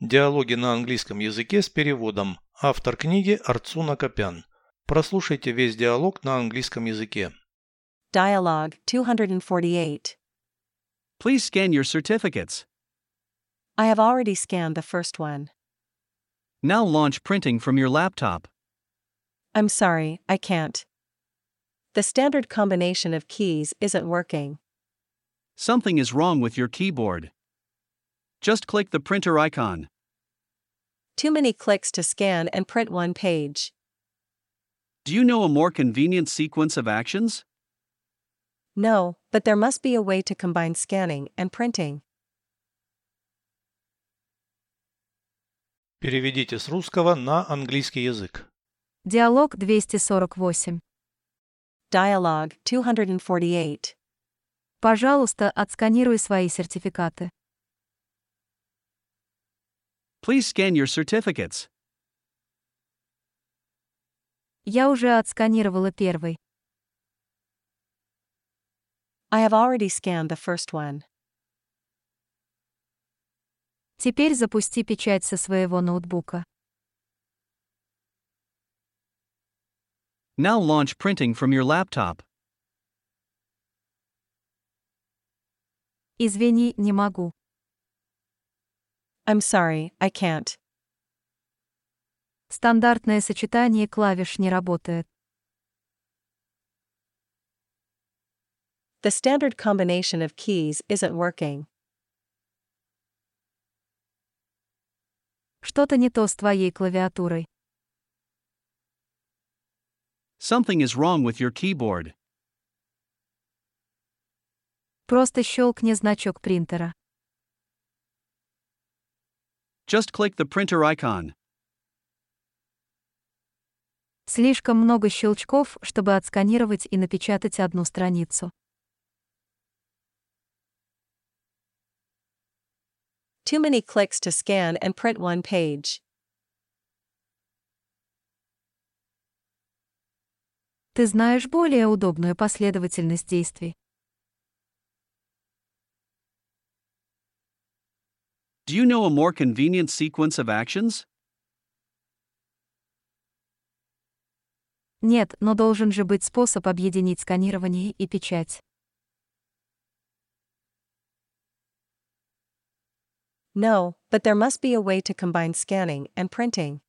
Диалоги на английском языке с переводом. Автор книги Арцуна Копян. Прослушайте весь диалог на английском языке. Dialogue 248. Please scan your certificates. I have already scanned the first one. Now launch printing from your laptop. I'm sorry, I can't. The standard combination of keys isn't working. Something is wrong with your keyboard. Just click the printer icon. Too many clicks to scan and print one page. Do you know a more convenient sequence of actions? No, but there must be a way to combine scanning and printing. Переведите с русского на английский язык. Диалог 248. Dialogue 248. Пожалуйста, отсканируй свои сертификаты. Please scan your certificates. Я уже отсканировала первый. I have already scanned the first one. Теперь запусти печать со своего ноутбука. Now launch printing from your laptop. Извини, не могу. I'm sorry, I can't. Стандартное сочетание клавиш не работает. The standard combination of keys isn't working. Что-то не то с твоей клавиатурой. Something is wrong with your keyboard. Просто щелкни значок принтера. Just click the printer icon. Слишком много щелчков, чтобы отсканировать и напечатать одну страницу. Too many clicks to scan and print one page. Ты знаешь более удобную последовательность действий. Do you know a more convenient sequence of actions? Нет, но должен же быть способ объединить сканирование и печать. No, but there must be a way to combine scanning and printing.